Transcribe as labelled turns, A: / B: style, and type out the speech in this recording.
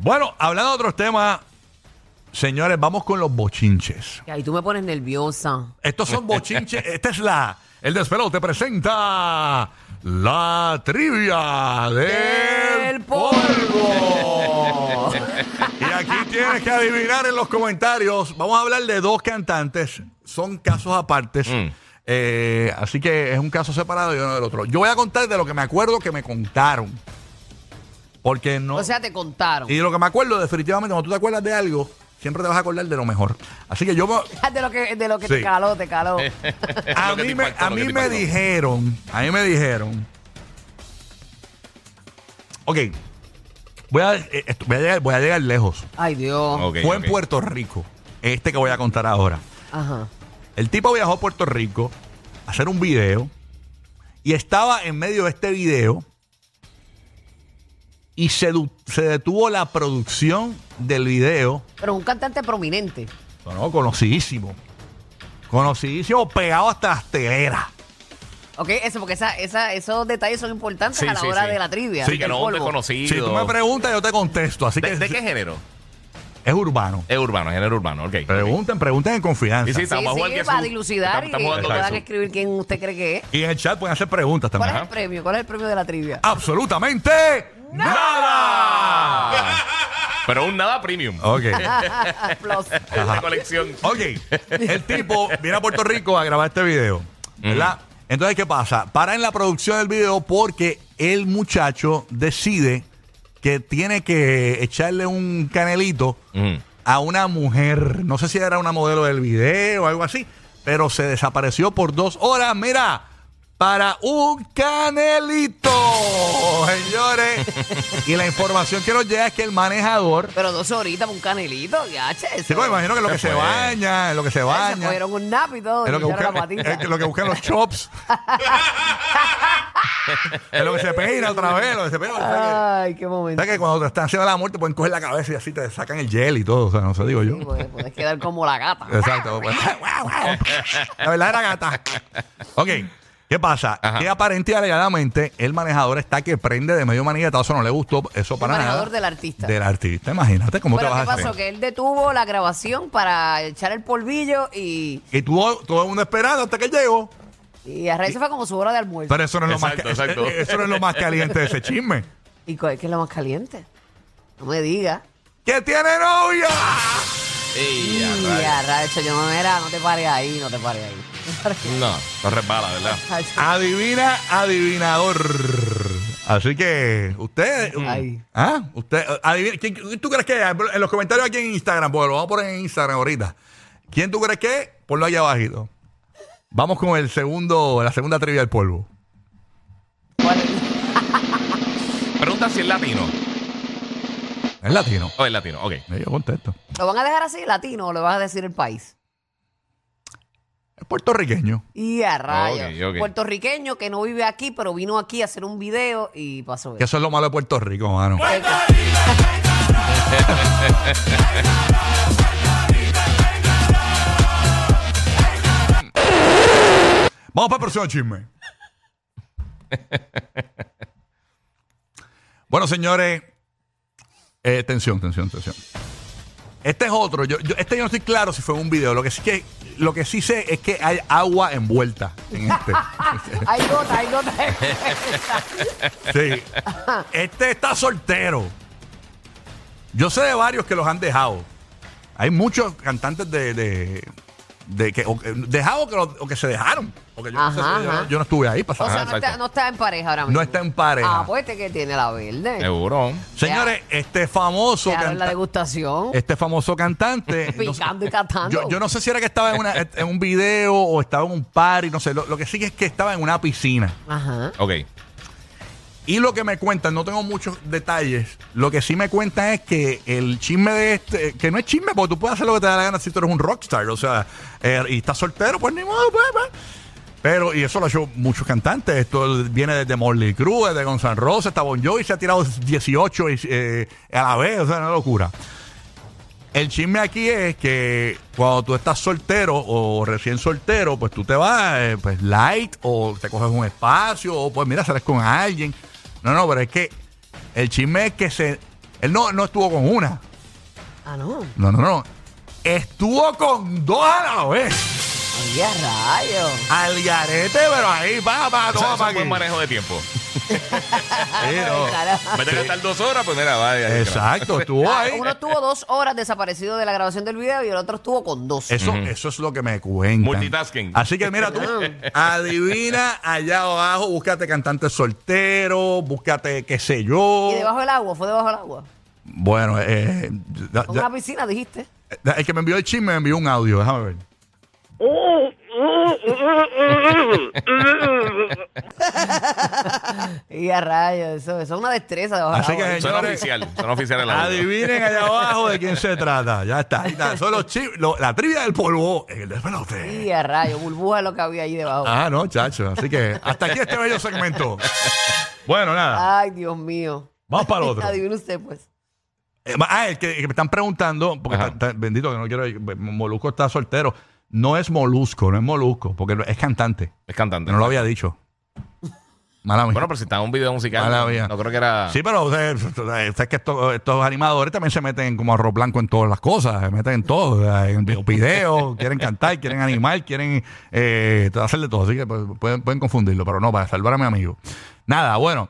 A: Bueno, hablando de otros temas, señores, vamos con los bochinches.
B: Y ahí tú me pones nerviosa.
A: Estos son bochinches. Esta es la. El despelado te presenta la trivia del
B: Del
A: polvo. y aquí tienes que adivinar en los comentarios. Vamos a hablar de dos cantantes. Son casos apartes. Eh, así que es un caso separado y uno del otro. Yo voy a contar de lo que me acuerdo que me contaron. Porque no.
B: O sea, te contaron.
A: y de lo que me acuerdo, definitivamente, cuando tú te acuerdas de algo, siempre te vas a acordar de lo mejor. Así que yo me-
B: De lo que, de lo que
A: Sí.
B: te caló, te caló.
A: a
C: Lo que
A: mí
C: te
A: me,
C: impactó,
A: a
C: lo
A: mí
C: que te
A: me
C: impactó.
A: dijeron, a mí me dijeron. Ok, voy a, eh, esto- voy a, llegar, voy a llegar lejos.
B: Ay, Dios.
C: Ok,
A: Fue
C: ok.
A: en Puerto Rico, este que voy a contar ahora.
B: Ajá.
A: El tipo viajó a Puerto Rico a hacer un video y estaba en medio de este video y se, du- se detuvo la producción del video
B: Pero es un cantante prominente.
A: no, no, conocidísimo. Conocidísimo, pegado hasta las teleras.
B: Ok, eso, porque esa, esa, esos detalles son importantes
C: Sí,
B: a la
C: sí,
B: hora
C: sí.
B: de la trivia.
C: Sí, que
B: del
C: no es un
B: polvo.
C: desconocido.
A: Si tú me preguntas, yo te contesto. Así
C: ¿De,
A: que
C: de qué
A: es,
C: género?
A: es urbano.
C: Es urbano, género urbano, ok.
A: Pregunten, pregunten en confianza.
C: Y si
B: Sí,
C: estamos jugando
B: sí,
C: que
B: para
C: su-
B: dilucidar y
C: estamos
B: que
C: jugando
B: puedan
C: que su-
B: escribir quién usted cree que es.
A: Y en el chat pueden hacer preguntas
B: ¿Cuál
A: también.
B: es el premio? ¿Cuál es el premio de la trivia?
A: Absolutamente nada.
C: Ah, Pero un nada premium.
A: Ok.
B: Aplausos.
C: De colección.
A: Ok. El tipo viene a Puerto Rico a grabar este video. ¿Verdad? Entonces, ¿qué pasa? Para en la producción del video porque el muchacho decide que tiene que echarle un canelito
C: Mm.
A: a una mujer. No sé si era una modelo del video o algo así, pero se desapareció por dos horas. Mira, para un canelito, señores. y la información que nos llega es que el manejador.
B: Pero dos horitas, un canelito, ya, che. eso-
A: Sí, pues, imagino que es lo que se
C: fue.
A: baña, es lo que se
B: Se
A: baña.
B: cogieron un nap y todo.
A: Es lo,
B: y
A: que
B: echaron la
A: buscan,
B: patita.
A: es lo que buscan los chops. es lo que se peina otra vez, lo que se peina. O sea
B: Ay, qué
A: que,
B: momento.
A: ¿sabes que cuando te están haciendo la muerte pueden coger la cabeza y así te sacan el gel y todo? O sea, no se digo yo.
B: Sí, pues, puedes quedar como la gata.
A: Exacto. pues, la verdad era gata. Ok. ¿Qué pasa? Que aparente y alegadamente el manejador está que prende de medio maniguetazo. no le gustó eso para
B: manejador
A: nada.
B: del artista.
A: Del artista, imagínate cómo
B: Pero
A: te
B: ¿qué
A: vas a
B: pasó?
A: hacer.
B: Que él detuvo la grabación para echar el polvillo y,
A: Y tuvo todo el mundo esperando hasta que llegó.
B: y a raíz fue como su hora de almuerzo.
A: Pero eso no es,
C: Exacto,
A: lo, más ca-
C: exacto.
A: eso no es lo más caliente de ese chisme.
B: ¿Y cuál que es lo más caliente? No me digas.
A: ¡Que tiene novia!
C: Ey,
B: Y
C: a rayos.
B: a racho, yo no era, no te pares ahí, no te pares ahí. No te pares ahí.
C: No, no resbala, ¿verdad?
B: Racho.
A: Adivina, adivinador. Así que, ustedes.
B: Ay.
A: ¿Ah? Usted, eh, adivina, ¿quién, quién tú crees que es? En los comentarios aquí en Instagram, porque lo vamos a poner en Instagram ahorita. ¿Quién tú crees que es? Ponlo ahí abajito. Vamos con el segundo, la segunda trivia del polvo.
B: ¿Cuál es?
C: Pregunta si es latino.
A: Es latino.
C: O es latino, ok.
A: Eh, Yo contesto.
B: ¿Lo van a dejar así, latino, o le vas a decir el país?
A: Es puertorriqueño.
B: Y a rayos.
C: Ok, ok.
B: Puertorriqueño que no vive aquí, pero vino aquí a hacer un video y pasó
A: Que
B: eso.
A: eso es lo malo de Puerto Rico, mano. Vamos para el próximo chisme. bueno, señores. eh, tensión, tensión, tensión. Este es otro. Yo, yo- este yo no estoy claro si fue un video. Lo que sí que, lo que sí sé es que hay agua envuelta en este.
B: ah, Hay gota, hay gota.
A: Sí. Este está soltero. Yo sé de varios que los han dejado. Hay muchos cantantes de, de, de que o que- dejados que, los- o que se dejaron. Porque yo, no sé si
B: Ajá,
A: yo-
B: ajá.
A: yo no estuve ahí para
B: O
A: saber.
B: sea, no está,
C: exacto.
B: no está en pareja ahora mismo.
A: No está en pareja.
B: Ah, pues este que tiene la verde.
C: Seguro.
A: Señores, este famoso
B: Claro, en la
A: canta-
B: degustación.
A: este famoso cantante. no sé-
B: Picando y catando.
A: yo, yo no sé si era que estaba en, una- en un video o estaba en un party, no sé. Lo, lo que sí que es que estaba en una piscina.
B: Ajá.
C: Ok.
A: Ah, Y lo que me cuentan, no tengo muchos detalles. Lo que sí me cuentan es que el chisme de este, que no es chisme, porque tú puedes hacer lo que te da la gana si tú eres un rockstar, o sea, eh, y estás soltero, pues ni modo, pues, pues. Pero, y eso lo han hecho muchos cantantes. Esto viene desde Morley Crue, desde Gonzalo Rosa, hasta Bon Jovi, se ha tirado 18 y, eh, a la vez, o sea, una locura. El chisme aquí es que cuando tú estás soltero o recién soltero, pues tú te vas eh, pues light o te coges un espacio o pues mira, sales con alguien. No, no, pero es que el chisme es que se Él no, no estuvo con una.
B: Ah, no.
A: No, no, no. Estuvo con dos a la vez.
B: Ay, a rayos.
A: Al garete, pero ahí, pa, pa,
C: Eso- eso
A: toma,
C: es un
A: pa'
C: buen
A: aquí.
C: manejo Ah, de tiempo.
A: Sí, no.
B: Carajo.
C: Vete a gastar dos horas, pues mira, vaya.
A: Exacto, estuvo
B: Ah,
A: ahí.
B: Uno estuvo dos horas desaparecido de la grabación del video y el otro estuvo con dos.
A: Eso, eso es lo que me cuentan.
C: Multitasking.
A: Así que mira tú, adivina allá abajo, búscate cantantes solteros, búscate qué sé yo.
B: ¿Y debajo del agua? ¿Fue debajo del agua?
A: Bueno, eh, ya-
B: ¿Con
A: ya-
B: una piscina, dijiste?
A: el que me envió el chisme me envió un audio, déjame ver.
B: Y a rayos, eso, eso es una destreza debajo
A: Así
B: del agua.
A: que-
C: Son
A: Señores,
C: oficial, son oficial en la vida.
A: Adivinen allá abajo de quién se trata. Ya está, ahí está. Son los chi- lo- la trivia del polvo en el despelote.
B: Y a rayos, burbuja lo que había ahí debajo.
A: Ah, no, chacho. Así que hasta aquí este bello segmento. Bueno, nada.
B: Ay, Dios mío.
A: Vamos para el otro.
B: Adivine usted, pues.
A: Eh, ah, el que, el que me están preguntando, porque
C: Ajá.
A: está- está- bendito que no quiero. eh, Molusco está soltero. No es Molusco, no es Molusco, porque es cantante.
C: Es cantante.
A: No lo había dicho. Mala mía.
C: Bueno, pero si estaba en un video musical.
A: Mala
C: no-
A: mía.
C: No creo que era.
A: Sí, pero ustedes ustedes que estos, estos animadores también se meten como arroz blanco en todas las cosas, se meten en todo, o sea, en los videos, quieren cantar, quieren animar, quieren eh, hacer de todo, así que pues, pueden, pueden confundirlo, pero no, para salvar a mi amigo. Nada, bueno,